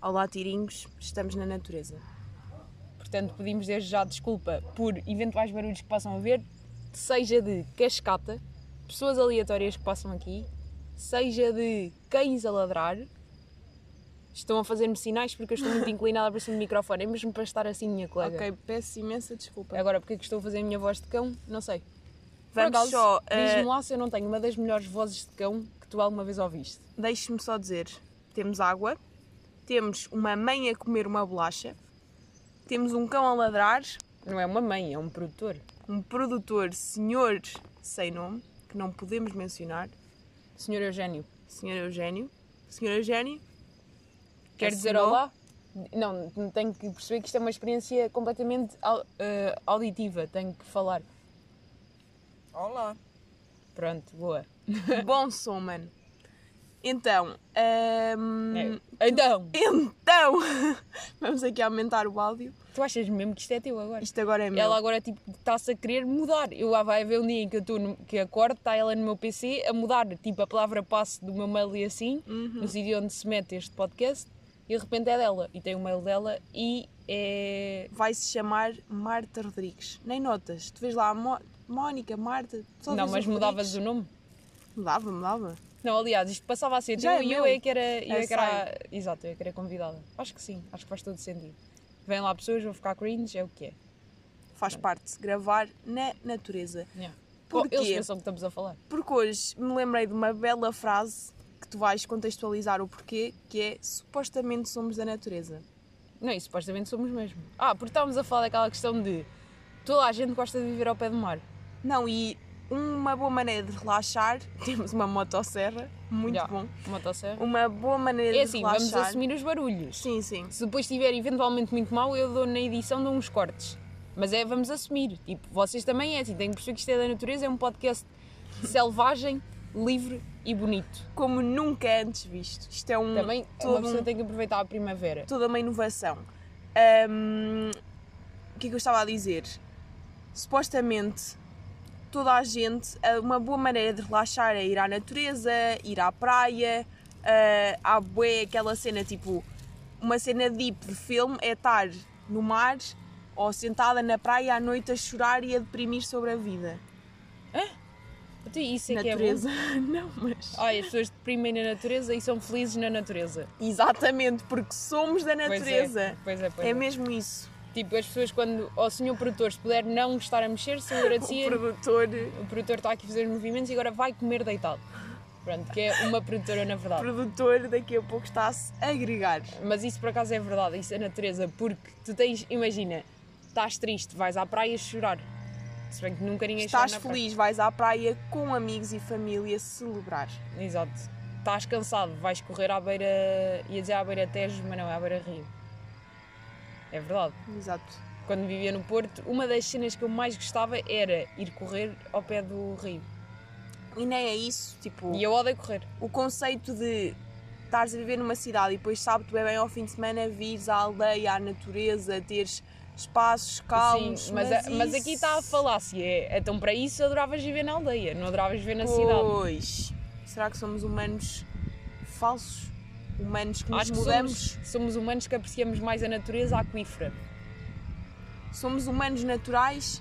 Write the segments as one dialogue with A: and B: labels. A: Olá, tirinhos, estamos na natureza.
B: Portanto, pedimos desde já desculpa por eventuais barulhos que possam haver, seja de cascata, pessoas aleatórias que passam aqui, seja de cães a ladrar. Estão a fazer-me sinais porque eu estou muito inclinada para cima do microfone, é mesmo para estar assim, minha colega.
A: Ok, peço imensa desculpa.
B: Agora, porque é que estou a fazer a minha voz de cão? Não sei. Por
A: Vamos
B: acaso,
A: só,
B: Diz-me
A: eh,
B: lá se eu não tenho uma das melhores vozes de cão que tu alguma vez ouviste.
A: deixe-me só dizer: temos água, temos uma mãe a comer uma bolacha, temos um cão a ladrar,
B: Não é uma mãe, é um produtor.
A: um produtor, senhor sem nome, que não podemos mencionar,
B: Senhor Eugénio,
A: senhor Eugénio. Senhor Eugénio,
B: quer
A: Assinou?
B: dizer olá? Não, tenho que perceber que isto é uma experiência completamente au- eh, auditiva, tenho que falar.
A: Olá.
B: Pronto, boa.
A: Bom som, mano. Então, hum,
B: É. Então,
A: então, vamos aqui aumentar o áudio.
B: tu achas mesmo que isto é teu agora?
A: Isto agora é meu.
B: Ela agora tipo está-se a querer mudar. Eu lá vai haver um dia em que eu estou no- que acordo, está ela no meu PC a mudar tipo a palavra passe do meu mail e assim,
A: Uhum.
B: no sítio onde se mete este podcast, e de repente é dela. E tem o mail dela e é.
A: Vai se chamar Marta Rodrigues. Nem notas. Tu vês lá a Mo- Mónica, Marta. só
B: não,
A: vês
B: mas
A: o
B: mudavas
A: Rodrigues.
B: o nome.
A: Mudava, mudava.
B: Não, aliás, isto passava a ser
A: Já
B: teu
A: é
B: e eu
A: meu.
B: é que era. Eu
A: É,
B: é que era exato, eu é que era convidada. Acho que sim, acho que faz todo sentido. Vêm lá pessoas, vou ficar cringe, é o que é.
A: Faz parte. Gravar na natureza.
B: Yeah.
A: Porquê?
B: Eles pensam que estamos a falar.
A: Porque hoje me lembrei de uma bela frase que tu vais contextualizar o porquê, que é supostamente somos da natureza.
B: Não, e supostamente somos mesmo. Ah, porque estávamos a falar daquela questão de toda a gente gosta de viver ao pé do mar.
A: Não, e uma boa maneira de relaxar, temos uma motosserra, muito
B: Já.
A: bom.
B: Motosserra.
A: Uma boa maneira
B: É
A: de
B: assim,
A: relaxar.
B: vamos assumir os barulhos.
A: Sim, sim.
B: Se depois estiver eventualmente muito mal, eu dou na edição dou uns cortes. Mas é, vamos assumir. Tipo, vocês também é assim, têm que perceber que isto é da natureza, é um podcast selvagem, livre e bonito.
A: Como nunca antes visto. Isto é um,
B: Também uma
A: todo
B: pessoa
A: um-
B: tem que aproveitar a primavera.
A: toda uma inovação. Ahm, o que é que eu estava a dizer? Supostamente, toda a gente, ah, uma boa maneira de relaxar é ir à natureza, ir à praia, ah, à bué, aquela cena tipo, uma cena deep de filme é estar no mar ou sentada na praia à noite a chorar e a deprimir sobre a vida.
B: Então, Isso é Oh. que é bom.
A: natureza, não, mas.
B: Ai, as pessoas deprimem na natureza e são felizes na natureza.
A: Exatamente, porque somos da natureza.
B: Pois é, pois é. Pois
A: é
B: é.
A: mesmo isso.
B: Tipo, as pessoas quando ao senhor produtor se puder não estar a mexer-se, eu
A: O
B: agradecia.
A: produtor
B: O produtor está aqui a fazer os movimentos e agora vai comer deitado. Pronto, que é uma produtora na verdade.
A: produtor daqui a pouco está-se a agregar.
B: Mas isso por acaso é verdade, isso é natureza, porque tu tens, imagina, estás triste, vais à praia chorar. Se bem que nunca ninguém chora
A: Estás
B: na
A: feliz, vais à praia com amigos e família celebrar.
B: praia. Exato. Estás cansado, vais correr à beira, ia dizer à beira Tejo, mas não, é à beira Rio. É verdade.
A: Exato.
B: Quando vivia no Porto, uma das cenas que eu mais gostava era ir correr ao pé do rio.
A: E nem é isso, tipo,
B: E eu odeio correr.
A: o conceito de estares a viver numa cidade e depois sábado bem bem ao fim de semana vires à aldeia, à natureza, teres espaços calmos.
B: Sim, mas, a- mas aqui está a falácia. É, então, para isso, adoravas viver na aldeia, não adoravas viver na cidade.
A: Pois, será que somos humanos falsos? Humanos que nos
B: Acho que
A: mudamos?
B: somos, somos humanos que apreciamos mais a natureza aquífera.
A: somos humanos naturais,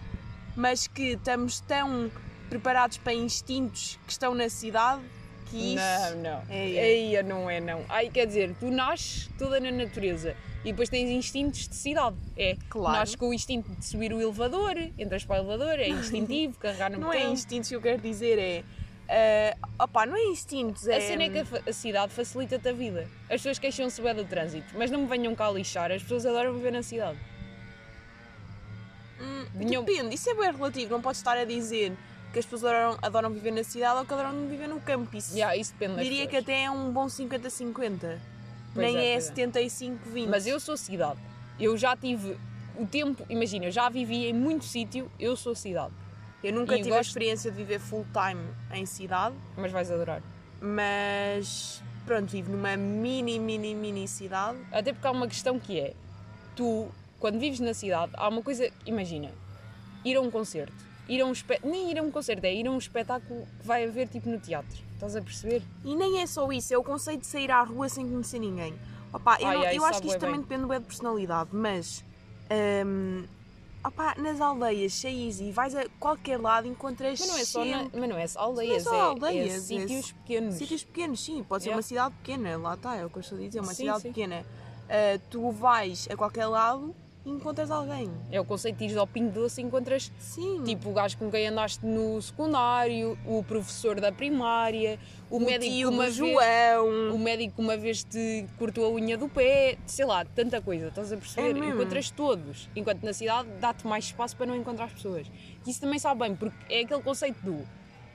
A: mas que estamos tão preparados para instintos que estão na cidade que
B: Não,
A: isso.
B: não.
A: É, é.
B: Aí não é, não. Aí quer dizer, tu nasces toda na natureza e depois tens instintos de cidade. É,
A: Claro.
B: Nasces com o instinto de subir o elevador, entras para o elevador, é instintivo, carregar no
A: Não, é
B: botão.
A: instintos que eu quero dizer, é. ah, opá, não é instintos, é.
B: A cena é que a, fa- a cidade facilita-te a vida. As pessoas queixam-se bem do trânsito, mas não me venham cá lixar, as pessoas adoram viver na cidade.
A: Hum,
B: Nenhum-
A: Depende, isso é bem relativo, não podes estar a dizer que as pessoas adoram, adoram viver na cidade ou que adoram viver no campo. Isso
B: Yeah, isso depende das
A: diria que
B: pessoas.
A: até é um bom 50-50.
B: Pois
A: Nem
B: é,
A: é,
B: pois é.
A: 75-20.
B: Mas eu sou cidade. Eu já tive o tempo, imagina, eu já vivi em muito sítio, eu sou cidade.
A: Eu nunca
B: e
A: tive a
B: gosto-
A: experiência de viver full time em cidade.
B: Mas vais adorar.
A: mas pronto, vivo numa mini, mini, mini cidade.
B: Até porque há uma questão que é: tu, quando vives na cidade, há uma coisa, imagina, ir a um concerto, ir a um espe- nem ir a um concerto, é ir a um espetáculo que vai haver tipo no teatro. Estás a perceber?
A: E nem é só isso, é o conceito de sair à rua sem conhecer ninguém. Opá, eu,
B: Ai,
A: não-
B: ai,
A: eu acho
B: sabe
A: que isto
B: bué
A: também
B: bem.
A: depende bué de personalidade, mas hum, opá, nas aldeias, cheias e vais a qualquer lado encontras
B: Mas não é só, na,
A: sempre
B: mas não é só aldeias,
A: só
B: é,
A: aldeias,
B: é
A: é
B: sítios
A: s-
B: pequenos.
A: sítios pequenos, sim, pode ser
B: Yeah.
A: uma cidade pequena, lá está, é o que eu estou a dizer, uma
B: Sim,
A: cidade
B: sim.
A: pequena. Ah, tu vais a qualquer lado e encontras alguém.
B: É o conceito de ires ao Pingo Doce e encontras
A: Sim.
B: tipo o gajo com quem andaste no secundário, o professor da primária, o,
A: o
B: médico que
A: tio
B: uma
A: do
B: vez,
A: João.
B: o médico que uma vez te cortou a unha do pé, sei lá, tanta coisa, estás a perceber?
A: É mesmo.
B: encontras todos, enquanto na cidade dá-te mais espaço para não encontrar as pessoas. E isso também sabe bem, porque é aquele conceito do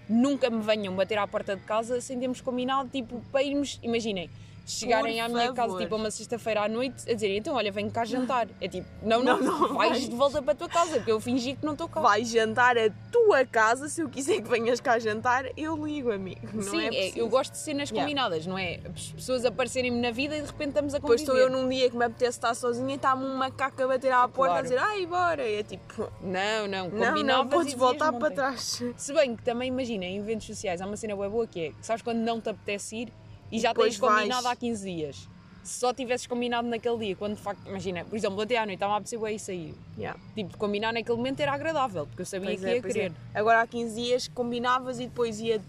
B: nunca me venham bater à porta de casa sem termos combinado, tipo, para irmos, imaginem. Chegarem
A: Por
B: à minha casa
A: favor.
B: tipo a uma sexta-feira à noite a dizerem então olha, venho cá jantar. É tipo, não, não,
A: Não, não
B: vais
A: vais.
B: de volta para a tua casa, porque eu fingi que não estou cá.
A: Vais jantar a tua casa, se eu quiser que venhas cá jantar, eu ligo, amigo. Não
B: Sim,
A: é
B: é,
A: preciso.
B: eu gosto de cenas
A: Yeah.
B: combinadas, não é? As pessoas aparecerem-me na vida e de repente estamos a
A: Depois
B: conviver.
A: estou eu num dia que me apetece estar sozinha e está-me um macaco a bater à porta a
B: Claro.
A: dizer ai, bora! E é tipo,
B: Não, não,
A: não,
B: combinavas
A: não,
B: e
A: podes
B: dizias
A: voltar
B: não
A: para
B: tem.
A: trás.
B: Se bem que também imagina, em eventos sociais há uma cena bem boa que é, sabes quando não te apetece ir e já
A: depois
B: tens combinado
A: vais.
B: há 15 dias. Se só tivesses combinado naquele dia, quando de facto, imagina, por exemplo, até à noite estava a apetecer bué isso aí.
A: Yeah.
B: Tipo, combinar naquele momento era agradável, porque eu sabia
A: Pois
B: que
A: é,
B: ia
A: pois
B: querer.
A: é. Agora há 15 dias combinavas e depois ia,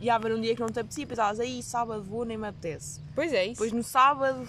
A: ia haver um dia que não te apetecia e pensavas, aí sábado vou, nem me apetece.
B: Pois é, isso.
A: Depois no sábado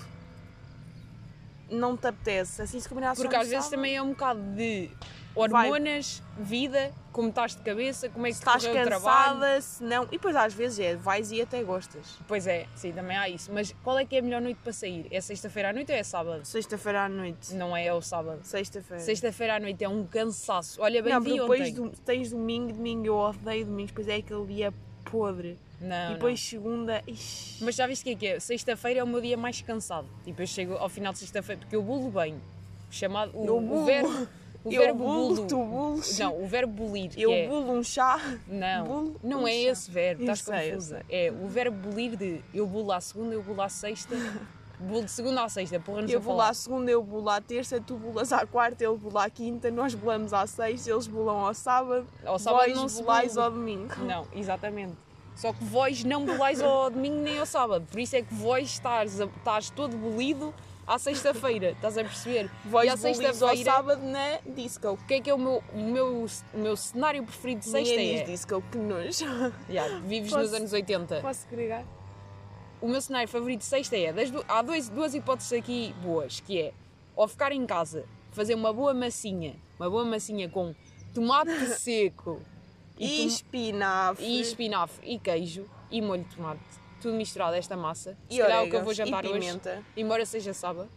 A: não te apetece. Assim se combinar
B: Porque às vezes também é um bocado de hormonas, vida, como estás de cabeça, como é que
A: estás
B: correu o trabalho.
A: cansada, se não. E depois às vezes é, vais e até gostas.
B: Pois é, sim, também há isso. Mas qual é que é a melhor noite para sair? É sexta-feira à noite ou é sábado?
A: Sexta-feira à noite.
B: Não é, é o sábado.
A: Sexta-feira.
B: Sexta-feira à noite é um cansaço. Olha bem,
A: Não,
B: vi
A: porque depois
B: ontem.
A: do, tens domingo, domingo eu odeio domingos, depois é aquele dia podre.
B: Não,
A: e depois segunda, ixi.
B: não. Mas já viste o que é que é? Sexta-feira é o meu dia mais cansado. Tipo, eu chego ao final de sexta-feira, porque eu bulo bem. O Chamado, o,
A: Eu
B: o
A: bulo.
B: verbo, o
A: eu
B: verbo
A: bulo,
B: bulo.
A: tu bulos,
B: Não, o verbo bulir. que
A: eu
B: é-
A: bulo um chá.
B: Não,
A: Bulo,
B: não é
A: puxa.
B: esse verbo,
A: Eu
B: estás
A: sei, eu
B: confusa. É o verbo bulir de eu bulo à segunda, eu bulo à sexta, bulo de segunda à sexta, porra, não
A: Eu
B: sei
A: bulo
B: falar.
A: à segunda, eu bulo à terça, tu bulas à quarta, ele bula à quinta, nós bulamos à sexta, eles bulam ao sábado,
B: Ao sábado
A: vós
B: não se
A: bulais
B: bula.
A: ao domingo.
B: Não, exatamente. Só que vós não bolais ao domingo nem ao sábado, por isso é que vós estás, a- estás todo bolido à sexta-feira, estás a perceber? e à
A: Vós bulis ao
B: sexta-feira,
A: sábado na disco.
B: o que é que é o meu, o meu, o meu cenário preferido de sexta?
A: Minha
B: É,
A: disco, que nojo.
B: Yeah, vives nos
A: Posso-
B: anos 80.
A: Posso agregar?
B: O meu cenário favorito de sexta é. das du- há dois, duas hipóteses aqui boas, que é ou ficar em casa, fazer uma boa massinha, uma boa massinha com tomate seco
A: E
B: tom-
A: espinafre.
B: e espinafre e queijo e molho de tomate, tudo misturado a esta massa.
A: E
B: Se calhar é o que eu
A: orégãos,
B: vou jantar
A: e
B: hoje,
A: pimenta.
B: embora seja sábado.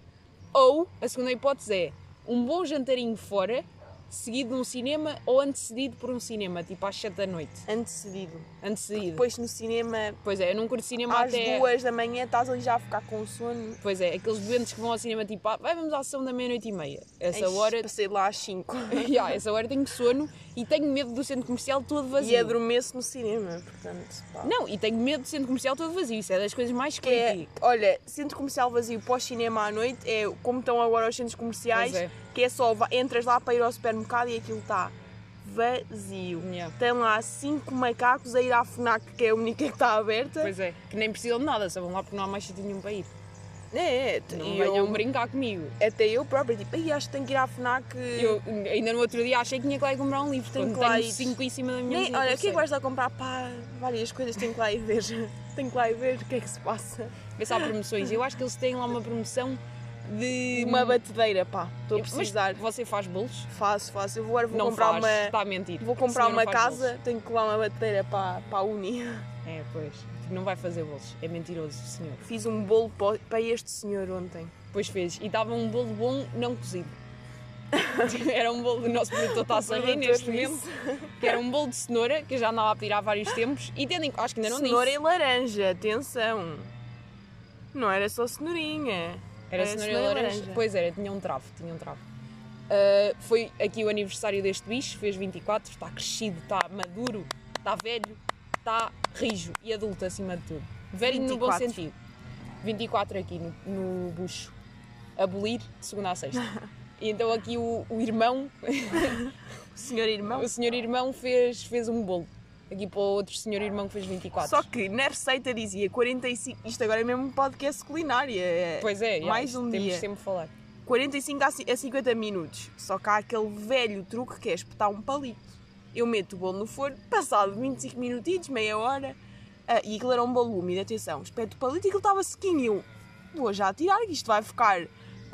B: Ou a segunda hipótese é um bom jantarinho fora, seguido de um cinema ou antecedido por um cinema, tipo às 7 da noite.
A: Antecedido.
B: Antecedido. Pois,
A: Depois no cinema,
B: é, eu não curto cinema
A: às
B: até.
A: duas da manhã, estás ali já a ficar com sono.
B: Pois é, aqueles doentes que vão ao cinema tipo, ah, vai, vamos à sessão da meia-noite e meia. Essa
A: Eish,
B: hora.
A: Passei lá às cinco.
B: Yeah, essa hora tenho sono e tenho medo do centro comercial todo vazio.
A: E é adormeço no cinema, portanto. Pá.
B: Não, e tenho medo do centro comercial todo vazio. Isso é das coisas mais
A: Que é,
B: creepy.
A: olha, centro comercial vazio pós-cinema à noite é como estão agora os centros comerciais,
B: Pois é.
A: que é só va- entras lá para ir ao supermercado e aquilo está vazio.
B: Yeah.
A: Tem lá cinco macacos a ir à FNAC, que é a única que está aberta.
B: Pois é, que nem precisam de nada, só vão lá porque não há mais sítio nenhum para ir.
A: É, é, t-
B: Não
A: e
B: venham
A: eu-
B: brincar comigo.
A: até eu própria, tipo, "Ei, acho que tenho que ir à FNAC.
B: Eu ainda no outro dia achei que tinha que lá ir comprar um livro,
A: Tenho
B: quando
A: que lá
B: tenho
A: ir.
B: cinco em cima da minha
A: Nem, olha, o
B: mesa, eu
A: que é que
B: sei.
A: vais lá comprar? Pá, várias coisas, tenho que lá ir ver. tenho que lá ir ver o que é que se passa.
B: Vê se há promoções. Eu acho que eles têm lá uma promoção de.
A: Uma batedeira, pá, estou a
B: Hum. Mas
A: precisar.
B: você faz bolos?
A: Faço, faço. Eu vou agora vou
B: não
A: comprar
B: faz,
A: uma.
B: está a mentir.
A: Vou
B: A
A: comprar
B: senhora
A: uma
B: faz bolos.
A: casa, tenho que lá uma batedeira para, para a Uni.
B: É, pois. Não vai fazer bolos. É mentiroso, senhor.
A: Fiz um bolo para- para este senhor ontem.
B: Pois fez. E estava um bolo bom não cozido. era um bolo, o nosso produtor está sem rir neste
A: produtor
B: momento, que era um bolo de cenoura, que eu já andava a pedir há vários tempos, e tendo em acho que ainda não
A: Cenoura
B: disse.
A: e laranja, atenção. Não era só cenourinha.
B: Era cenoura e laranja. Pois era, tinha um travo, tinha um travo. Ah, foi aqui o aniversário deste bicho, fez 24, está crescido, está maduro, está velho, está rijo e adulto acima de tudo. Velho no bom
A: 24.
B: sentido. 24 aqui no, no bucho. Abolir de segunda a sexta. E então aqui o, o irmão,
A: O senhor irmão.
B: o senhor irmão fez, fez um bolo. Aqui para o outro senhor irmão que fez 24.
A: Só que na receita dizia 45. Isto agora é mesmo um podcast culinária. é
B: Pois é, já,
A: Mais
B: isto
A: um
B: temos
A: dia.
B: sempre a falar.
A: 45 a ci- a 50 minutos. Só que há aquele velho truque que é espetar um palito. Eu meto o bolo no forno, passado 25 minutinhos, meia hora, ah, e aquilo era um bolo úmido, atenção, espeto o palito e aquilo estava sequinho. e Eu vou já tirar, que isto vai ficar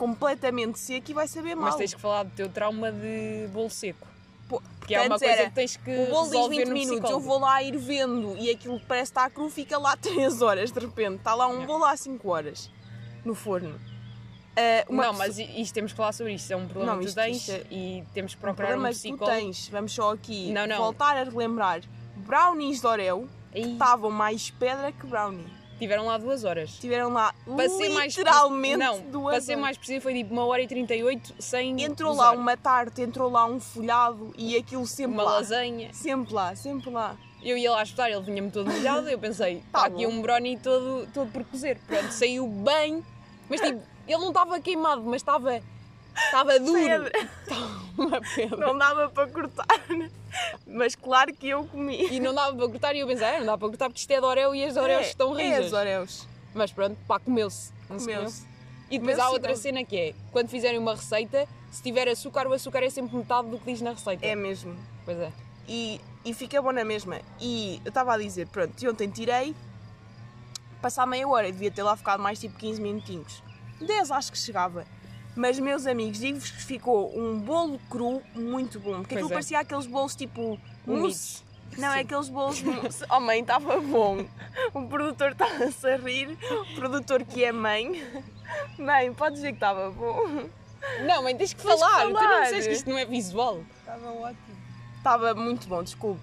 A: completamente seco e vai saber mal.
B: Mas tens que falar do teu trauma de bolo seco.
A: Pô,
B: Que é uma
A: portanto,
B: coisa
A: era,
B: que tens que
A: O bolo diz
B: resolver
A: 20
B: no
A: minutos, eu
B: psicólogo.
A: vou lá ir vendo e aquilo que parece que está cru, fica lá 3 horas de repente. Está lá um
B: Yeah.
A: bolo há 5 horas no forno. Ah, uma
B: não,
A: pessoa-
B: mas i- isto temos que falar sobre isto. É um problema
A: Não,
B: que tu
A: isto-
B: tens
A: isto é-
B: e temos que
A: O
B: procurar um
A: problema é que tu
B: psicólogo.
A: tens, vamos só aqui
B: Não, não.
A: voltar a relembrar. Brownies de Oreo
B: Ei,
A: estavam mais pedra que brownie.
B: Tiveram lá duas horas.
A: Tiveram lá
B: Para ser mais
A: literalmente
B: não,
A: duas
B: Para ser
A: horas.
B: mais preciso foi tipo uma hora e 38 sem.
A: Entrou
B: usar.
A: lá uma tarte, entrou lá um folhado e aquilo sempre
B: Uma
A: lá.
B: lasanha.
A: Sempre lá, sempre lá.
B: Eu ia lá espetar, ele vinha-me todo molhado. Eu pensei,
A: Tá
B: está aqui
A: bom.
B: um brownie todo, todo por cozer. Pronto, saiu bem. Mas tipo, ele não estava queimado, mas estava. Estava duro.
A: Pedra.
B: Estava uma pedra.
A: Não dava para cortar. Mas claro que eu comi.
B: E não dava para cortar. E eu pensei, ah, não dá para cortar porque isto é de Oreo e as de Oreo
A: É,
B: estão
A: É as
B: rijas.
A: Oreos.
B: Mas pronto, pá, comeu-se. Não se
A: Comeu-se.
B: E depois
A: Comeu-se
B: há
A: então.
B: outra
A: bem.
B: cena que é, quando fizerem uma receita, se tiver açúcar, o açúcar é sempre metade do que diz na receita.
A: É mesmo.
B: Pois é.
A: E, e fica bom na mesma. E eu estava a dizer, pronto, e ontem tirei, passar meia hora, devia ter lá ficado mais tipo 15 minutinhos. 10 acho que chegava. Mas, meus amigos, digo-vos que ficou um bolo cru muito bom. Porque
B: Pois
A: aquilo
B: é.
A: parecia aqueles bolos tipo mousse.
B: Unidos.
A: Não, é
B: Sim.
A: aqueles bolos mousse. Oh mãe, estava bom. O produtor estava-se a rir. O produtor que é mãe. Mãe, pode dizer que estava bom.
B: Não, mãe, tens que
A: Tens que
B: falar. Tu
A: falar.
B: não disseste que isto não é visual.
A: Estava ótimo. Estava muito bom, desculpe.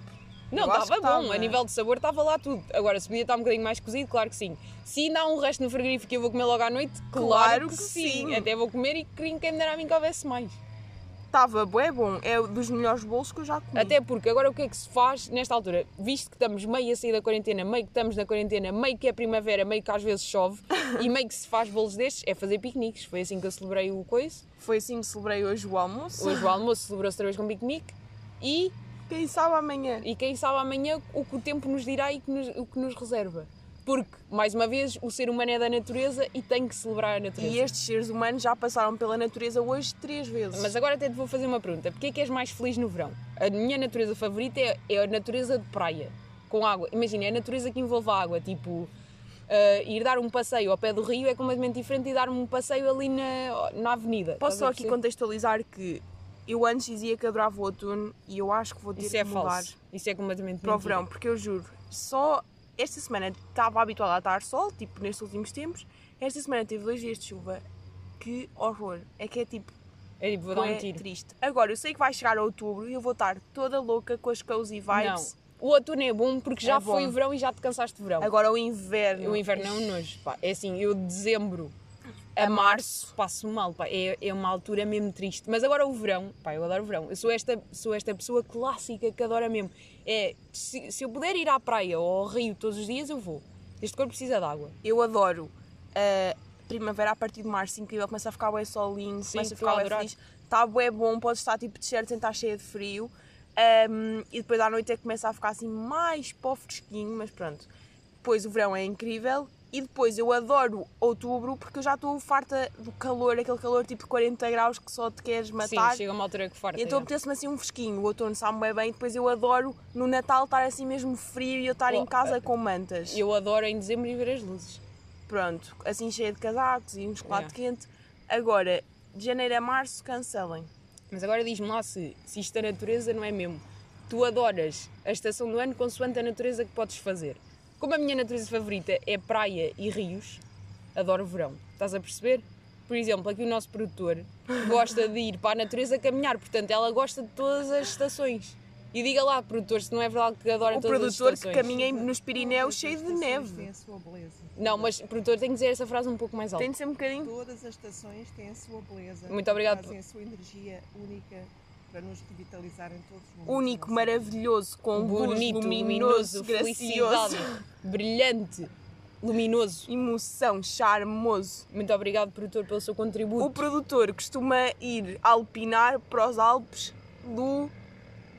B: Não,
A: Eu acho
B: estava
A: que
B: bom.
A: estava.
B: A nível de sabor estava lá tudo. Agora, se podia estar um bocadinho mais cozido, claro que sim. Se ainda há um resto no frigorífico que eu vou comer logo à noite, claro,
A: Claro
B: que,
A: que
B: sim.
A: sim.
B: Até vou comer e queria que ainda a mim que houvesse mais.
A: Estava bué bom. É um dos melhores bolos que eu já comi.
B: Até porque agora o que é que se faz nesta altura? Visto que estamos meio a sair da quarentena, meio que estamos na quarentena, meio que é primavera, meio que às vezes chove e meio que se faz bolos destes, é fazer piqueniques. Foi assim que eu celebrei o coiso.
A: Foi assim que celebrei hoje o almoço.
B: Hoje o almoço celebrou-se outra vez com piquenique e,
A: Quem sabe amanhã.
B: e quem sabe amanhã o que o tempo nos dirá e que nos- o que nos reserva. Porque, mais uma vez, o ser humano é da natureza e tem que celebrar a
A: E
B: natureza.
A: estes seres humanos já passaram pela natureza hoje três vezes.
B: Mas agora até te vou fazer uma pergunta. Porquê é que és mais feliz no verão? A minha natureza favorita é, é a natureza de praia, com água. Imagina, é a natureza que envolve a água, tipo... ah, ir dar um passeio ao pé do rio é completamente diferente de dar um passeio ali na, na avenida.
A: Posso só
B: Estás a
A: aqui
B: perceber?
A: contextualizar que eu antes dizia que adorava o outono e eu acho que vou ter
B: Isso
A: que
B: é
A: mudar
B: falso. Isso é completamente
A: para o
B: mentira.
A: verão, porque eu juro, só esta semana estava habituada a estar sol, tipo nestes últimos tempos, esta semana teve dois dias de chuva. Que horror! É que é tipo,
B: É tipo, vou dar um
A: bué
B: tiro.
A: triste. Agora, eu sei que vai chegar a outubro e eu vou estar toda louca com as cozy vibes.
B: Não. O outono é bom porque já
A: É bom.
B: foi o verão e já te cansaste de verão.
A: Agora o inverno.
B: o inverno é um nojo, pá. É assim, eu de dezembro
A: É
B: a março passo mal, pá. É, é uma altura mesmo triste. Mas agora o verão, pá, eu adoro o verão. Eu sou esta, sou esta pessoa clássica que adora mesmo. É, se, se eu puder ir à praia ou ao rio todos os dias, eu vou. Este corpo precisa de água.
A: Eu adoro a primavera a partir de março, incrível, começa a ficar bem solinho,
B: Sim,
A: começa a
B: estou a
A: ficar bem
B: adorar.
A: feliz. Está bué bom, pode estar tipo de shirt sem estar cheia de frio. Ahm, e depois à noite é que começa a ficar assim mais para o fresquinho, mas pronto. Depois o verão é incrível. E depois eu adoro outubro porque eu já estou farta do calor, aquele calor tipo 40 graus que só te queres matar.
B: Sim, chega uma altura que farta.
A: E então
B: já.
A: apetece-me assim um fresquinho, o outono sabe bem bem, depois eu adoro no Natal estar assim mesmo frio e eu estar em
B: Oh,
A: casa com mantas.
B: Eu adoro em dezembro ir ver as luzes.
A: Pronto, assim cheia de casacos e um chocolate quente. Agora, de janeiro a março, cancelem.
B: Mas agora diz-me lá se, se isto da natureza não é mesmo. Tu adoras a estação do ano consoante a natureza que podes fazer. Como a minha natureza favorita é praia e rios, adoro o verão. Estás a perceber? Por exemplo, aqui o nosso produtor gosta de ir para a natureza caminhar, portanto ela gosta de todas as estações. E diga lá, produtor, se não é verdade que adora
A: o
B: todas as
A: produtor
B: estações.
A: que caminha em- nos Pirineus
C: Todas
A: cheio
C: as
A: de
C: estações
A: neve.
C: têm a sua beleza.
B: Não, mas produtor tem que dizer essa frase um pouco mais alta.
A: Tem de ser um bocadinho.
C: Todas as estações têm a sua beleza.
B: Muito obrigada.
C: Trazem a sua energia única para nos revitalizar em todos os momentos.
A: Único,
C: da nossa
A: maravilhoso, com
B: Bonito,
A: luz,
B: luminoso,
A: um luminoso,
B: felicidade,
A: gracioso,
B: brilhante, luminoso.
A: emoção, charmoso.
B: Muito obrigado, produtor, pelo seu contributo.
A: O produtor costuma ir alpinar para os Alpes do,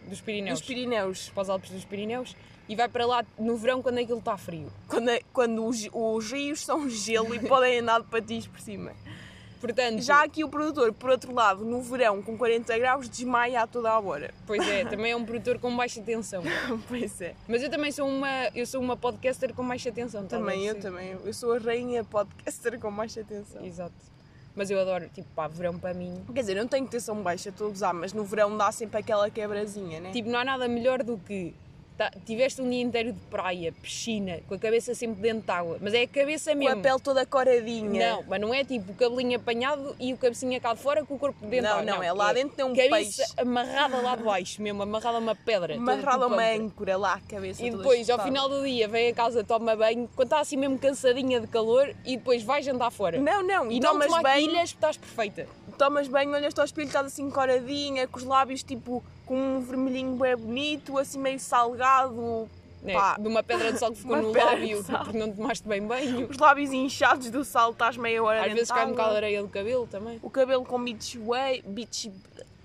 B: Dos Pirineus.
A: dos Pirineus.
B: Para os Alpes dos Pirineus. e vai para lá no verão quando aquilo está frio.
A: Quando, é- quando os, os rios são gelo e podem andar de patins por cima.
B: Portanto,
A: Uhum. Já aqui o produtor, por outro lado, no verão com 40 graus, desmaia a toda a hora.
B: pois é, também é um produtor com baixa tensão.
A: pois é.
B: Mas eu também sou uma, eu sou uma podcaster com baixa tensão. talvez,
A: Também, eu
B: sim.
A: também. Eu sou a rainha podcaster com mais atenção.
B: Exato. Mas eu adoro, tipo, pá, verão para mim.
A: Quer dizer, eu não tenho tensão baixa, estou a usar, mas no verão dá sempre aquela quebrazinha, né?
B: Tipo, não há nada melhor do que tá- tiveste um dia inteiro de praia, piscina, com a cabeça sempre dentro de água, mas é a cabeça
A: com
B: mesmo.
A: a pele toda coradinha.
B: Não, mas não é tipo o cabelinho apanhado e o cabecinha cá de fora com o corpo dentro de
A: não,
B: água.
A: não, é lá dentro tem um
B: Cabeça
A: peixe.
B: amarrada lá de baixo mesmo, amarrada a uma pedra. toda
A: Amarrada uma
B: picontra.
A: âncora lá, a cabeça
B: E
A: toda
B: depois, ao
A: espetada.
B: final do dia, vem a casa, toma banho, quando está assim mesmo cansadinha de calor, e depois vai jantar fora.
A: Não, não,
B: e
A: e
B: não te
A: tomas banho,
B: maquilhas, estás perfeita.
A: tomas banho, olhas-te ao espelho, estás assim coradinha, com os lábios tipo com um vermelhinho bem bonito, assim meio salgado,
B: Né?
A: Pá.
B: De uma pedra de sal que ficou
A: Uma
B: no
A: pedra de
B: lábio,
A: sal.
B: porque não tomaste bem banho.
A: os lábios inchados do sal, estás meia hora
B: Às
A: dentro
B: vezes
A: de
B: cai um bocado de
A: água.
B: areia do cabelo também.
A: O cabelo com beach, wa beach,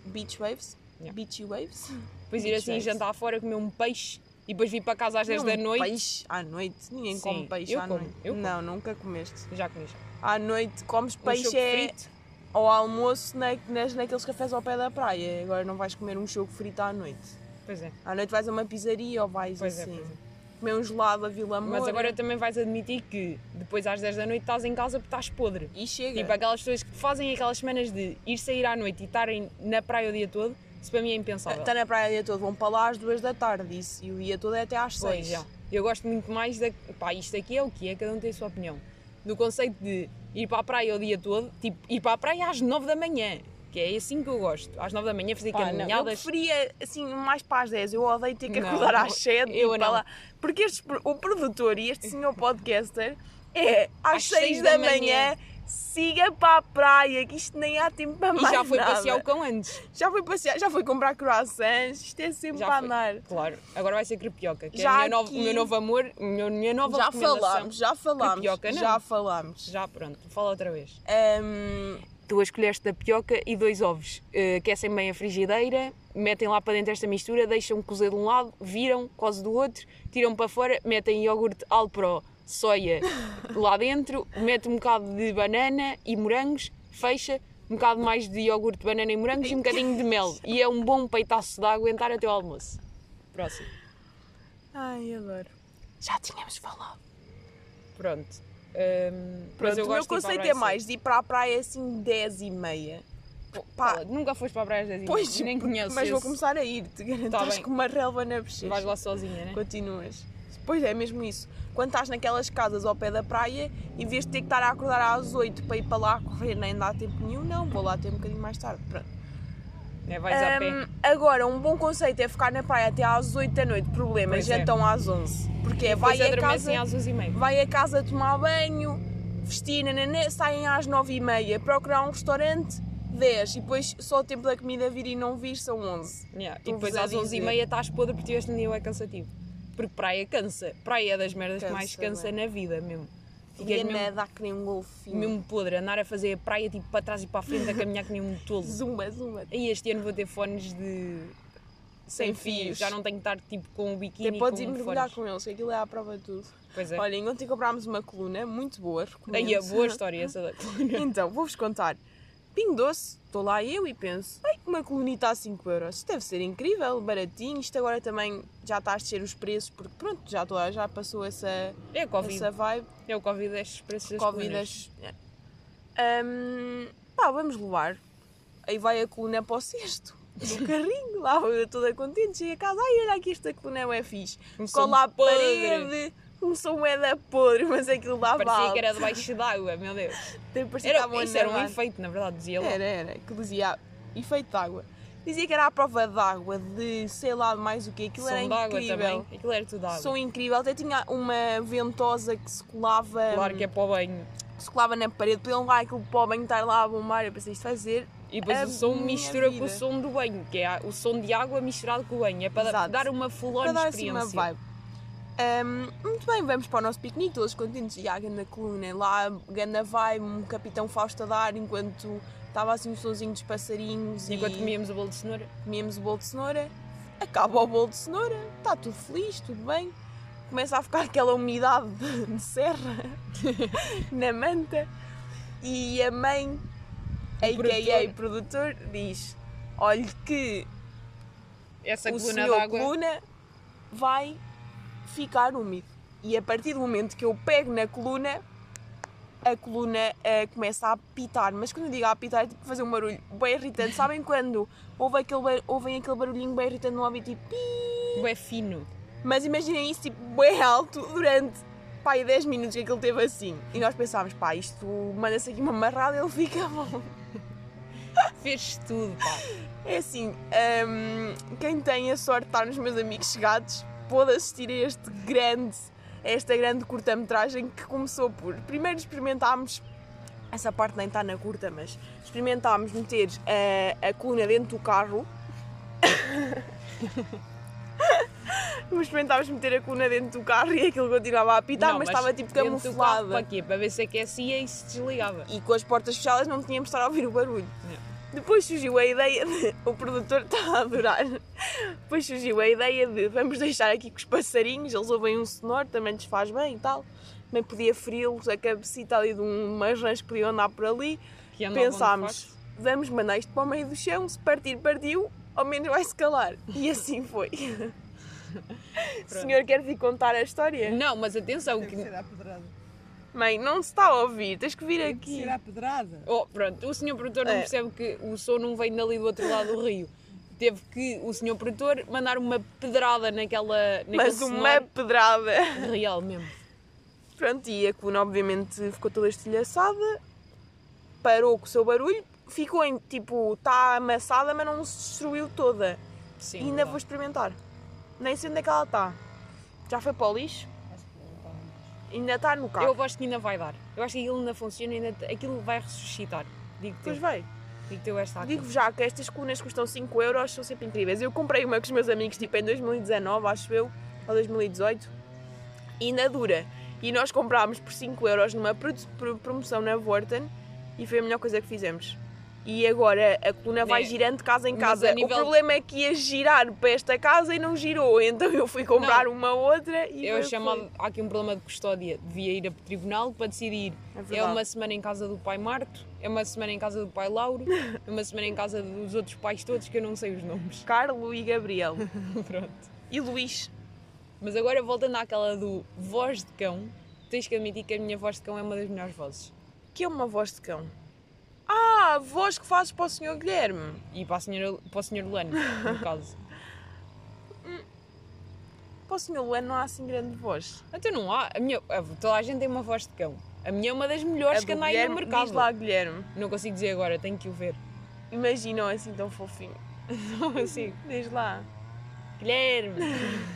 A: beach waves?
B: Yeah.
A: Beach waves?
B: Depois ir assim
A: Beach days.
B: jantar fora, comer um peixe e depois vir para casa às 10
A: é Não, um
B: da noite.
A: Peixe à noite? Ninguém
B: Sim,
A: come peixe
B: eu
A: à
B: como,
A: noite.
B: eu como.
A: Não, nunca comeste.
B: Já comi já.
A: À noite comes
B: Um
A: peixe
B: choco
A: é
B: frito.
A: ao almoço na, nas, naqueles cafés ao pé da praia. Agora não vais comer um choco frito à noite.
B: Pois é,
A: À noite vais a uma pizzaria ou vais
B: pois é,
A: assim
B: pois é.
A: comer um gelado a Vila Moura.
B: Mas agora também vais admitir que depois às 10 da noite estás em casa porque estás podre.
A: E chega.
B: Tipo aquelas pessoas que fazem aquelas semanas de ir sair à noite e estarem na praia o dia todo, isso para mim é impensável.
A: Está tá na praia o dia todo, vão para lá às duas da tarde isso, e o dia todo é até às
B: Pois,
A: seis.
B: já. Eu gosto muito mais da. Pá, isto aqui é o que é, cada um tem a sua opinião. Do conceito de ir para a praia o dia todo, tipo, ir para a praia às 9 da manhã, que é assim que eu gosto. Às 9 da manhã fazer
A: Pá, não, eu
B: caminhadas.
A: preferia assim mais para as 10. Eu odeio ter que
B: Não,
A: acordar às
B: eu-
A: 7
B: eu
A: e para
B: não.
A: lá. Porque este, pro- o produtor e este senhor podcaster é às
B: Às
A: 6 da, manhã, siga para a praia, que isto nem há tempo para
B: E
A: mais
B: já foi
A: nada.
B: passear o cão antes.
A: Já foi passear, já foi comprar croissants, isto é sempre
B: Já
A: para
B: foi.
A: andar.
B: Claro, agora vai ser crepioca, que
A: Já
B: é a minha nova- o
A: aqui-
B: meu novo amor, o meu, minha nova
A: Já
B: recomendação.
A: falámos, já falámos,
B: Crepioca, não.
A: já falámos. Hum,
B: Já, pronto, fala outra vez.
A: Ahm,
B: Duas colheres da pioca e dois ovos. Eh, aquecem bem a frigideira, metem lá para dentro esta mistura, deixam cozer de um lado, viram, coze do outro, tiram para fora, metem iogurte Alpro, soia lá dentro, metem um bocado de banana e morangos, fecha, um bocado mais de iogurte, banana e morangos e um bocadinho de mel. E é um bom peitaço de água entrar até ao almoço. Próximo.
A: Ai, adoro.
B: Já tínhamos falado. Pronto. Hum, mas
A: Pronto,
B: eu
A: o
B: gosto
A: meu
B: de
A: conceito
B: ir para a praia
A: é mais de ir para a praia assim 10 e meia.
B: cedo.
A: pá.
B: Fala, nunca foste para a praia às 10
A: Pois,
B: nem conheço
A: mas vou
B: esse.
A: começar a ir, te garanto.
B: Tá
A: Estás
B: bem.
A: com uma relva na bochecha.
B: Vais lá sozinha, né?
A: Continuas. Pois é, mesmo isso. Quando estás naquelas casas ao pé da praia, em vez de ter que estar a acordar às 8 para ir para lá correr, nem dá tempo nenhum, não, vou lá ter um bocadinho mais tarde. Pronto.
B: É, vais a pé.
A: Ahm, agora, um bom conceito é ficar na praia até às 8 da noite, problema,
B: Pois é.
A: jantam às 11. Porque é, vai
B: Depois
A: a,
B: adormecem
A: casa,
B: às 11 e meia.
A: vai a casa tomar banho, vestir, nananã, saem às 9 e meia, procurar um restaurante, 10. E depois só o tempo da comida vir e não vir são 11.
B: Yeah, E
A: Estou-vos
B: depois
A: a
B: às 11 e
A: dizer.
B: meia estás podre porque tiveste um dia é cansativo. Porque praia cansa. Praia é das merdas que
A: Cansa,
B: mais cansa
A: bem.
B: na vida mesmo.
A: Fiquei mesmo...
B: Ficas mesmo,
A: nadar que nem um golfinho.
B: mesmo podre, andar a fazer a praia tipo para trás e para a frente, a caminhar que nem um tolo.
A: Zumba, zumba.
B: E este ano vou ter fones de. sem
A: Sem
B: fios.
A: fios.
B: Já não tenho que estar tipo com o biquíni.
A: Até podes ir
B: com um
A: mergulhar
B: fones.
A: com eles, que aquilo é à prova de tudo.
B: Pois é.
A: Olhem, ontem comprámos uma coluna muito boa, recomendo.
B: Aí a boa história essa da coluna.
A: Então, vou-vos contar. Pingo Doce, estou lá eu e penso, ai, uma colunita a 5 euros, isto deve ser incrível, baratinho, isto agora também já está a descer os preços, porque pronto, já, estou, já passou essa,
B: É o Covid.
A: essa vibe,
B: É o Covid destes preços das
A: Covid.
B: colunas.
A: as- Hum, pá, vamos levar. Aí vai a coluna para o cesto, no carrinho, lá vou eu toda contente, chego a casa, ai, olha aqui esta coluna, é fixe.
B: Começou
A: cola à
B: Um podre.
A: parede, um começou moeda podre, mas aquilo lá
B: Parecia
A: vale.
B: que era debaixo d'água, meu Deus.
A: Tem- parecia que estavam
B: Era,
A: a
B: isso era um
A: nadar.
B: efeito, na verdade, dizia lá.
A: Era, era, que dizia efeito de água. Dizia que era a prova de água, de sei lá mais o que, aquilo
B: Som
A: era
B: de água
A: incrível.
B: também. Aquilo era tudo água.
A: Som incrível, até tinha uma ventosa que se colava,
B: Claro que é para o banho.
A: que se colava na parede, podiam lá aquele pó bem estar lá a bombar. Eu pensei, isto vai ser
B: E depois
A: A
B: o som
A: minha
B: mistura com o
A: vida.
B: som do banho, que é a- o som de água misturado com o banho. É para
A: Exato.
B: dar uma full
A: para dar assim
B: experiência.
A: uma vibe. Ahm, muito bem, vamos para o nosso piquenique, todos contentes. E há a ganda coluna, lá a ganda vibe, um capitão Fausto a dar enquanto estava assim o somzinho um dos passarinhos
B: Enquanto
A: e
B: comíamos o bolo de cenoura.
A: comíamos o bolo de cenoura. acaba o bolo de cenoura, está tudo feliz, tudo bem. Começa a ficar aquela umidade de de serra na manta e a mãe,
B: O
A: a.k.a. produtor, diz: Olhe que
B: Essa
A: o
B: coluna
A: senhor
B: d'água.
A: coluna vai ficar úmido. E a partir do momento que eu pego na coluna, a coluna eh, começa a apitar. Mas quando eu digo a apitar, é tipo fazer um barulho bem irritante. Sabem quando ouve aquele bar- ouvem aquele barulhinho bem irritante no ouvido, tipo... pi?
B: É fino.
A: Mas imaginem isso, tipo, bem alto, durante, pá, aí 10 minutos que aquilo teve assim. E nós pensámos, pá, isto manda-se aqui uma marrada, ele fica bom.
B: Fez tudo, pá.
A: É assim, hum, quem tem a sorte de estar nos meus amigos chegados pôde assistir a este grande, a esta grande curta-metragem que começou por. Primeiro experimentámos, essa parte nem está na curta, mas experimentámos meter eh, a, coluna dentro do carro. experimentámos meter a coluna dentro do carro e aquilo continuava a apitar,
B: Não,
A: mas, estava tipo
B: dentro do carro,
A: camuflada
B: Para quê? Para ver se é aquecia e se desligava.
A: e com as portas fechadas não tínhamos de estar a ouvir o barulho.
B: Yeah.
A: Depois surgiu a ideia de. O produtor está a adorar. Depois surgiu a ideia de vamos deixar aqui com os passarinhos, eles ouvem um sonoro, também lhes faz bem e tal. Também podia feri-los, a cabecita ali de um- umas rãs que podiam andar por ali.
B: Que andavam de
A: Pensámos,
B: facto.
A: vamos mandar isto para o meio do chão, se partir, partiu, ao menos vai-se calar. E assim foi. O senhor quer vir contar a história?
B: Não, mas atenção,
C: Tem que
B: que
C: ser à pedrada.
A: Mãe, não se está a ouvir, tens que vir
C: Tem que
A: aqui.
C: ser à pedrada.
B: Oh, pronto, o senhor produtor não
A: É.
B: percebe que o som não vem dali do outro lado do rio. Teve que o senhor produtor mandar uma pedrada naquela. naquele
A: Mas uma
B: cenário
A: pedrada.
B: Real mesmo.
A: Pronto, e a coluna obviamente ficou toda estilhaçada, parou com o seu barulho, ficou em tipo, está amassada, mas não se destruiu toda.
B: Sim.
A: e ainda
B: verdade.
A: vou experimentar. Nem sei onde é que ela está. Já foi para o lixo,
C: Acho que não está muito.
A: ainda está no carro.
B: Eu acho que ainda vai dar. Eu acho que aquilo ainda funciona, ainda te- aquilo vai ressuscitar. Digo-te
A: Pois vai.
B: digo eu esta aqui.
A: Digo-vos já que estas colunas custam 5 euros, são sempre incríveis. Eu comprei uma com os meus amigos tipo em 2019, acho eu, ou 2018, e ainda dura. E nós comprámos por 5 euros numa pro- pro- promoção na Vorten e foi a melhor coisa que fizemos. E agora a coluna vai
B: Né?
A: girando de casa em
B: Mas
A: casa.
B: a nível-
A: O problema é que ia girar para esta casa e não girou, então eu fui comprar uma outra e
B: Eu
A: foi-
B: chamava, há aqui um problema de custódia. Devia ir a tribunal para decidir.
A: É
B: É,
A: verdade.
B: uma semana em casa do pai Marto, é uma semana em casa do pai Lauro, é uma semana em casa dos outros pais todos que eu não sei os nomes.
A: Carlo e Gabriel.
B: Pronto.
A: e Luís.
B: Mas agora voltando àquela do voz de cão, tens que admitir que a minha voz de cão é uma das melhores vozes.
A: Que é uma voz de cão? Ah, a voz que fazes para o Sr. Guilherme.
B: E para, a senhora, para o senhor Luano, no caso.
A: Para o Sr. Luan não há assim grande voz.
B: Então não há. A minha, a- toda a gente tem uma voz de cão. A minha é uma das melhores
A: A
B: que
A: do
B: anda aí no
A: Guilherme-
B: mercado.
A: Diz lá, Guilherme.
B: Não consigo dizer agora, tenho que o ver.
A: Imaginam assim tão fofinho.
B: Então, assim,
A: Diz lá.
B: Guilherme!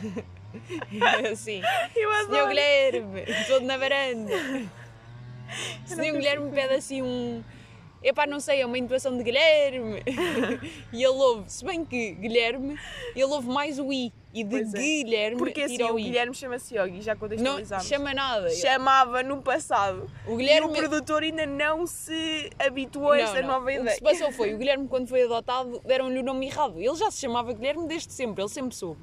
B: assim,
A: Eu
B: senhor
A: adoro.
B: Guilherme, todo na varanda. Senhor
A: consigo
B: Guilherme pede assim um. Epá, não sei, é uma intuação de Guilherme. e ele ouve, se bem que Guilherme, ele ouve mais o I. E de
A: Pois é.
B: Guilherme
A: Porque assim,
B: tira
A: o
B: o I.
A: Guilherme é chama-se Yogi, já
B: não
A: contextualizámos.
B: chama nada.
A: Chamava no passado.
B: O
A: E o
B: Guilherme
A: produtor ainda não se habituou a esta é nova
B: O
A: ideia.
B: que se passou foi, o Guilherme quando foi adotado deram-lhe o nome errado. Ele já se chamava Guilherme desde sempre, ele sempre soube.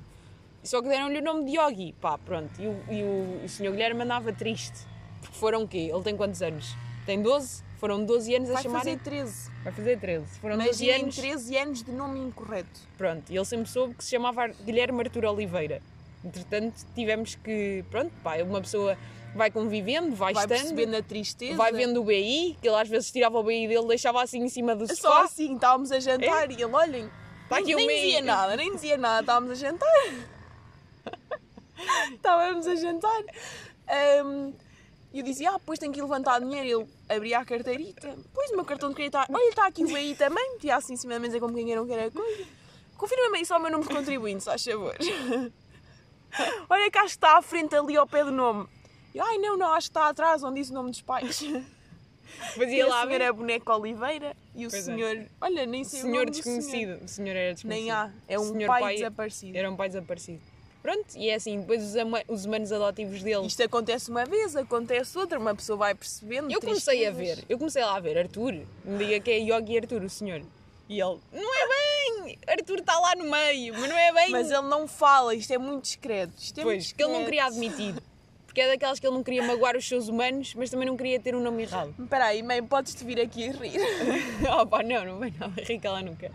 B: Só que deram-lhe o nome de Yogi, pá, pronto. E o, e o, o senhor Guilherme andava triste. Porque foram o quê? Ele tem quantos anos? Tem 12? Foram 12 anos a
A: Vai
B: chamarem...
A: fazer 13.
B: Vai fazer 13. Foram 12
A: Imaginem
B: é anos.
A: 13 anos de nome incorreto.
B: é Pronto, e ele sempre soube que se chamava Guilherme Arturo Oliveira. Entretanto, tivemos que, pronto, pá, é uma pessoa vai convivendo, vai,
A: Vai
B: estando,
A: percebendo a tristeza.
B: vai vendo o BI, que ele às vezes tirava o BI dele, deixava assim em cima do sofá.
A: Só assim, estávamos a jantar e ele, olhem,
B: Tá
A: nem,
B: aqui o
A: nem
B: meio.
A: dizia nada, nem dizia nada, estávamos a jantar. estávamos a jantar. Ahm, E eu dizia, ah, pois tenho que ir levantar dinheiro. Ele abria a carteirita, pois o meu cartão de crédito, está- olha, está aqui o BI também, tinha assim em cima da mesa como quem não quer a coisa. Confirma-me aí só o meu número de contribuinte, se faz favor. Olha cá está à frente ali ao pé do nome. Eu, Ai não, não, acho que está atrás onde diz o nome dos pais. E
B: Fazia
A: a
B: lá a
A: senhora Boneca Oliveira e o
B: Pois é.
A: senhor. Olha, nem sei o nome
B: senhor
A: do
B: desconhecido. O senhor era desconhecido.
A: Nem há. É um
B: Senhor
A: pai,
B: pai-
A: desaparecido.
B: Era um pai desaparecido. Pronto, e é assim, depois os, ama- os humanos adotivos dele.
A: Isto acontece uma vez, acontece outra, uma pessoa vai percebendo.
B: eu comecei a
A: tristezas.
B: ver, eu comecei lá a ver, Arthur, me diga que é Yogi Arthur, o senhor. E ele, não é bem! Ai, Arthur está lá no meio, mas não é bem.
A: Mas ele não fala, isto é muito discreto. Isto é
B: Pois,
A: muito
B: que ele não
A: discreto.
B: queria admitir. Porque é daquelas que ele não queria magoar os seus humanos, mas também não queria ter um nome errado.
A: Espera aí, mãe, podes-te vir aqui a rir.
B: oh pá, não, não vai nada, rica lá nunca.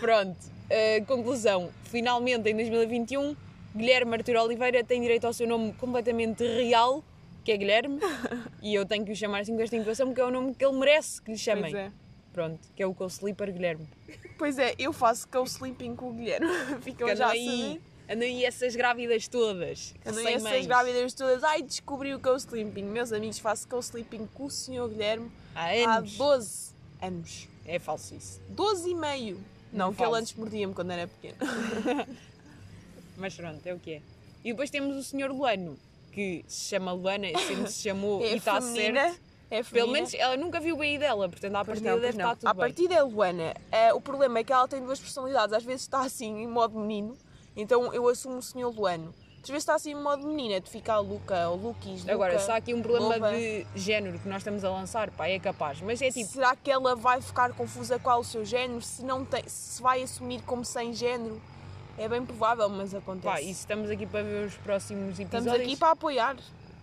B: Pronto, eh, conclusão. Finalmente, em 2021, Guilherme Arthur Oliveira tem direito ao seu nome completamente real, que é Guilherme, e eu tenho que o chamar assim com esta intuação, porque é o nome que ele merece que lhe chamem.
A: Pois é.
B: Pronto, que é o co-sleeper Guilherme.
A: Pois é, eu faço co-sleeping com o Guilherme. Ficam
B: Que
A: já
B: andam
A: a
B: aí,
A: saber.
B: andam aí essas grávidas todas.
A: Eu não
B: sem
A: ia essas
B: mães.
A: grávidas todas. Ai, descobri o co-sleeping. Meus amigos, faço co-sleeping com o senhor Guilherme
B: Há
A: há
B: anos.
A: 12 anos.
B: É falso isso.
A: 12 e meio. Não,
B: Não
A: porque ele
B: fales.
A: antes mordia-me quando era pequeno.
B: Mas pronto, é o que é. E depois temos o senhor Luano, que se chama Luana, sempre se chamou
A: É
B: e está
A: feminina.
B: certo.
A: É
B: Pelo
A: feminina.
B: menos ela nunca viu o BI dela, portanto à
A: Pois
B: partida
A: não,
B: deve
A: pois não.
B: estar tudo
A: À
B: bem.
A: partida é Luana. Eh, o problema é que ela tem duas personalidades. Às vezes está assim em modo menino, então eu assumo o senhor Luano. Outras vezes está assim em modo menina, de ficar Luca ou Luquis. Luca.
B: Agora, se há aqui um problema
A: Luva.
B: de género que nós estamos a lançar, pá, é capaz. Mas é tipo,
A: Será que ela vai ficar confusa qual o seu género? Se não tem, se vai assumir como sem género? É bem provável, mas acontece.
B: pá, isso estamos aqui para ver os próximos episódios.
A: Estamos aqui para apoiar.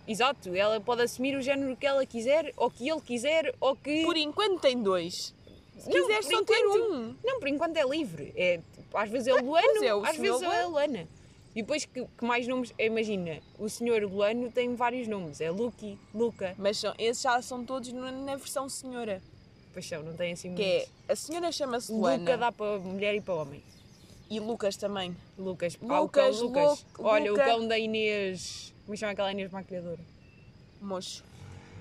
B: Exato, ela pode assumir o género que ela quiser, ou que ele quiser, ou que.
A: Por enquanto tem dois. Se
B: Não,
A: quiseres
B: por
A: só ter
B: enquanto-
A: um.
B: Não, por enquanto é livre. É, tipo, às vezes é o Luano,
A: é, o
B: às
A: senhor
B: vezes é a
A: Luano.
B: Luana. E depois que, que mais nomes. é, Imagina, o senhor Luano tem vários nomes. É Lucky, Luca.
A: Mas são- esses já são todos no- na versão senhora.
B: Paixão, não tem assim
A: Que
B: muitos.
A: é, a senhora chama-se Luana.
B: Luca dá para mulher e para homem.
A: E Lucas também.
B: Lucas, pá, Ah, o
A: Lucas,
B: cão, Lucas.
A: Lu-
B: Olha,
A: Luca.
B: o cão da Inês. Como é chama aquela Inês maquilhadora?
A: Mocho.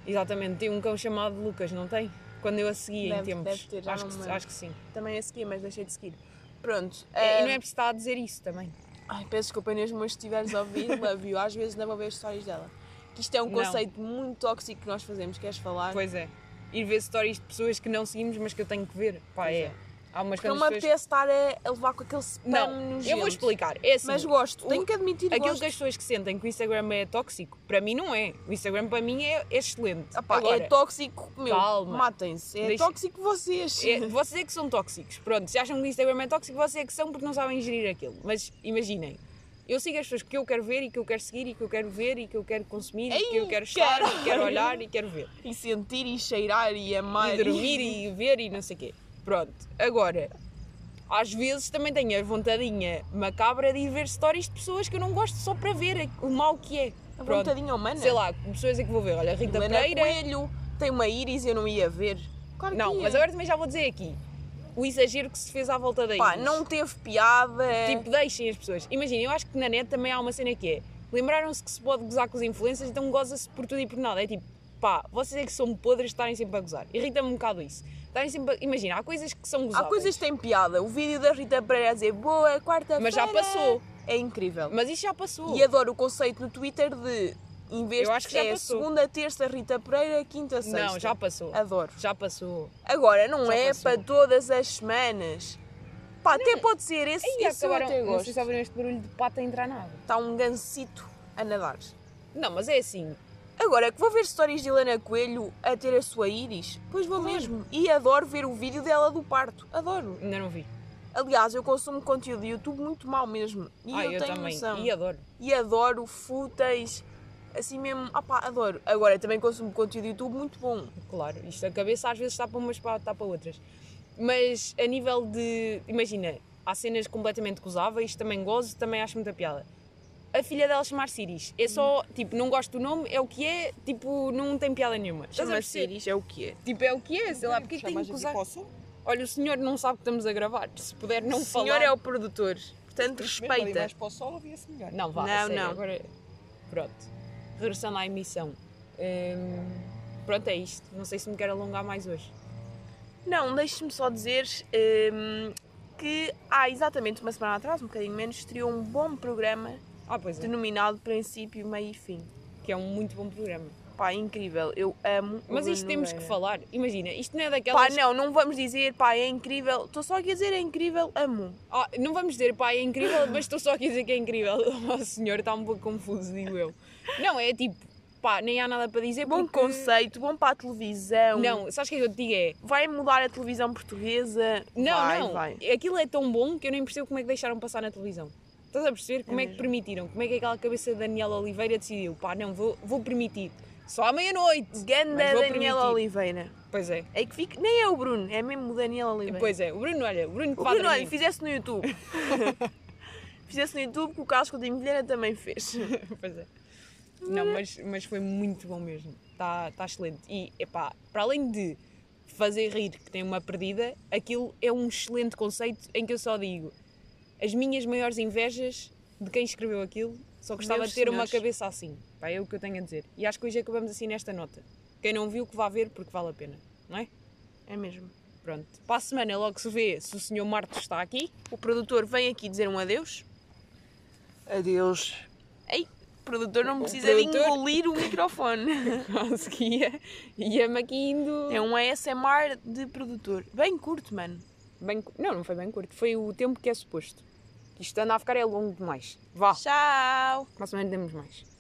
B: Exatamente, tem um cão chamado Lucas, não tem? Quando eu a segui
A: Deve-
B: em tempos.
A: deve ter, já
B: acho,
A: não me
B: que,
A: lembro.
B: acho que sim.
A: Também a seguir, mas deixei de seguir. Pronto.
B: É,
A: ah,
B: e não é preciso estar a dizer isso também.
A: Ai, peço desculpa, Inês, mas se estiveres a ouvir, love you. Às vezes ainda vou ver as histórias dela. Que isto é um
B: Não.
A: conceito muito tóxico que nós fazemos. Queres falar?
B: Pois é. Ir ver stories de pessoas que não seguimos, mas que eu tenho que ver. Pá,
A: Pois
B: é.
A: é.
B: Há umas
A: Não
B: coisas
A: me apetece estar a, a levar com aquele spam
B: Não,
A: nojento.
B: eu vou explicar. É assim,
A: Mas gosto.
B: o-
A: Tenho que admitir
B: aquilo
A: gosto.
B: que as pessoas que sentem que o Instagram é tóxico, para mim não é. O Instagram para mim é é excelente.
A: Ah pá,
B: Agora,
A: é tóxico, meu.
B: Calma.
A: Matem-se. É
B: Deixa-
A: tóxico vocês.
B: é- vocês é que são tóxicos. Pronto, se acham que o Instagram é tóxico, vocês é que são porque não sabem gerir aquilo. Mas imaginem, eu sigo as pessoas que eu quero ver e que eu quero seguir e que eu quero ver e que eu quero consumir e que eu
A: Ei,
B: quero estar e que quero
A: caralho.
B: olhar e quero ver.
A: E sentir, e cheirar, e amar.
B: e dormir e ver e não sei o quê. Pronto, agora, às vezes também tenho a vontadinha macabra de ir ver stories de pessoas que eu não gosto só para ver o mal que é.
A: A
B: Pronto,
A: vontadinha humana.
B: sei lá, pessoas é que vou ver, olha, Rita
A: Helena
B: Pereira.
A: é Coelho tem uma íris e eu não ia ver. Claro que é?
B: Não,
A: ia.
B: mas agora também já vou dizer aqui, o exagero que se fez à volta daí.
A: Pá, não teve piada.
B: Tipo, deixem as pessoas. Imagina, eu acho que na net também há uma cena que é, lembraram-se que se pode gozar com os influencers, então goza-se por tudo e por nada. É tipo, pá, vocês é que são podres de estarem sempre a gozar. Irrita-me um bocado isso. Estarem sempre a... Imagina, há coisas que são
A: Há
B: gozáveis.
A: coisas que têm piada. O vídeo da Rita Pereira a dizer boa quarta-feira.
B: Mas já passou.
A: É incrível.
B: Mas isso já passou.
A: E adoro o conceito no Twitter de em vez
B: Eu acho que
A: de
B: já
A: é
B: passou.
A: segunda, terça, Rita Pereira, quinta, sexta.
B: Não, já passou.
A: Adoro.
B: Já passou.
A: Agora, não
B: Já
A: é
B: passou.
A: para todas as semanas. Pá, até pode ser. Esse,
B: E
A: esse eu
B: acabaram.
A: até
B: Não sei se
A: gosto.
B: ouviram este barulho de pata a entrar na água.
A: Está um gansito a nadar.
B: Não, mas é assim.
A: Agora que vou ver histórias de Helena Coelho a ter a sua íris, pois vou mesmo. E adoro ver o vídeo dela do parto. Adoro.
B: Ainda não vi.
A: Aliás, eu consumo conteúdo do YouTube muito mal mesmo. E
B: ah,
A: eu, tenho
B: também.
A: noção.
B: E adoro.
A: E adoro fúteis. Assim mesmo, opá, adoro. Agora também consumo conteúdo do YouTube muito bom.
B: Claro, isto a cabeça às vezes está para umas, para- está para outras. Mas a nível de. Imagina, há cenas completamente gozáveis, também gozo, também acho muita piada. A filha dela chamar Siris. É só, tipo, não gosto do nome, é o que é, tipo, não tem piada nenhuma. Estás a
A: Chama
B: perceber?
A: Siris, é o que é.
B: Tipo, é o que é, sei lá, porque é que tem
C: Chamas
B: que
C: aqui
B: gozar?
C: para o som?
B: Olha, o senhor não sabe que estamos a gravar. Se puder não
A: o
B: falar.
A: senhor é o produtor, portanto
C: Mesmo ali
A: respeita.
C: mais para o sol ouvia-se melhor.
B: Não, vá,
A: Não,
B: a sério,
A: não.
B: agora. Pronto. Regressando à emissão. Hum, pronto, é isto. Não sei se me quero alongar mais hoje.
A: Não, deixe-me só dizer hum, que há exatamente uma semana atrás, um bocadinho menos, estreou um bom programa
B: Ah, pois é.
A: denominado Princípio, Meio e Fim.
B: Que é um muito bom programa.
A: Pá, é incrível, eu amo. o
B: Mas isto
A: Bruno
B: temos que
A: Nogueira.
B: falar. Imagina, isto não é daquelas.
A: Pá, não, não vamos dizer, pá, é incrível. Estou só aqui a dizer, é incrível, amo.
B: Ah, não vamos dizer, pá, é incrível, mas estou só aqui a dizer que é incrível. O senhor está um pouco confuso, digo eu. Não, é tipo, Opá, nem há nada para dizer
A: Bom
B: porque...
A: conceito, bom para a televisão.
B: Não, sabes o que é que eu te digo é...
A: Vai mudar a televisão portuguesa.
B: Não,
A: vai,
B: não.
A: Vai.
B: Aquilo é tão bom que eu nem percebo como é que deixaram passar na televisão. Estás a perceber? Como é, que
C: mesmo.
B: permitiram? Como é que aquela cabeça da Daniela Oliveira decidiu? Pá, não, vou, vou permitir. Só à meia-noite.
A: Ganda
B: Mas vou
A: Daniela
B: permitir.
A: Oliveira.
B: Pois é.
A: É que fica. Nem é o Bruno, é mesmo o Daniel Oliveira.
B: Pois é. O Bruno, olha, o Bruno
A: o
B: Padre
A: Bruno, olha,
B: Mim.
A: fizesse no YouTube. fizesse no YouTube que o Carlos Coutinho Vilhena também fez.
B: Pois é. Não, mas, mas foi muito bom mesmo. Está tá excelente. E, epá, para além de fazer rir que tem uma perdida, aquilo é um excelente conceito em que eu só digo as minhas maiores invejas de quem escreveu aquilo, só gostava
A: Meus
B: de ter uma
A: senhores.
B: cabeça assim. Pá, é o que eu tenho a dizer. E acho que hoje acabamos assim nesta nota. Quem não viu, que vá ver, porque vale a pena. Não é?
A: É mesmo.
B: Pronto. Para a semana logo se vê se o senhor Marto está aqui.
A: O produtor vem aqui dizer um adeus.
C: Adeus.
A: Ei, o produtor não precisa de
B: produtor-
A: engolir o microfone.
B: Quase que ia. Ia-me aqui indo.
A: é um ASMR de produtor. Bem curto, mano.
B: Bem cu- não, não foi bem curto. Foi o tempo que é suposto. Isto anda a ficar é longo demais. Vá,
A: Tchau!
B: mais ou menos temos mais.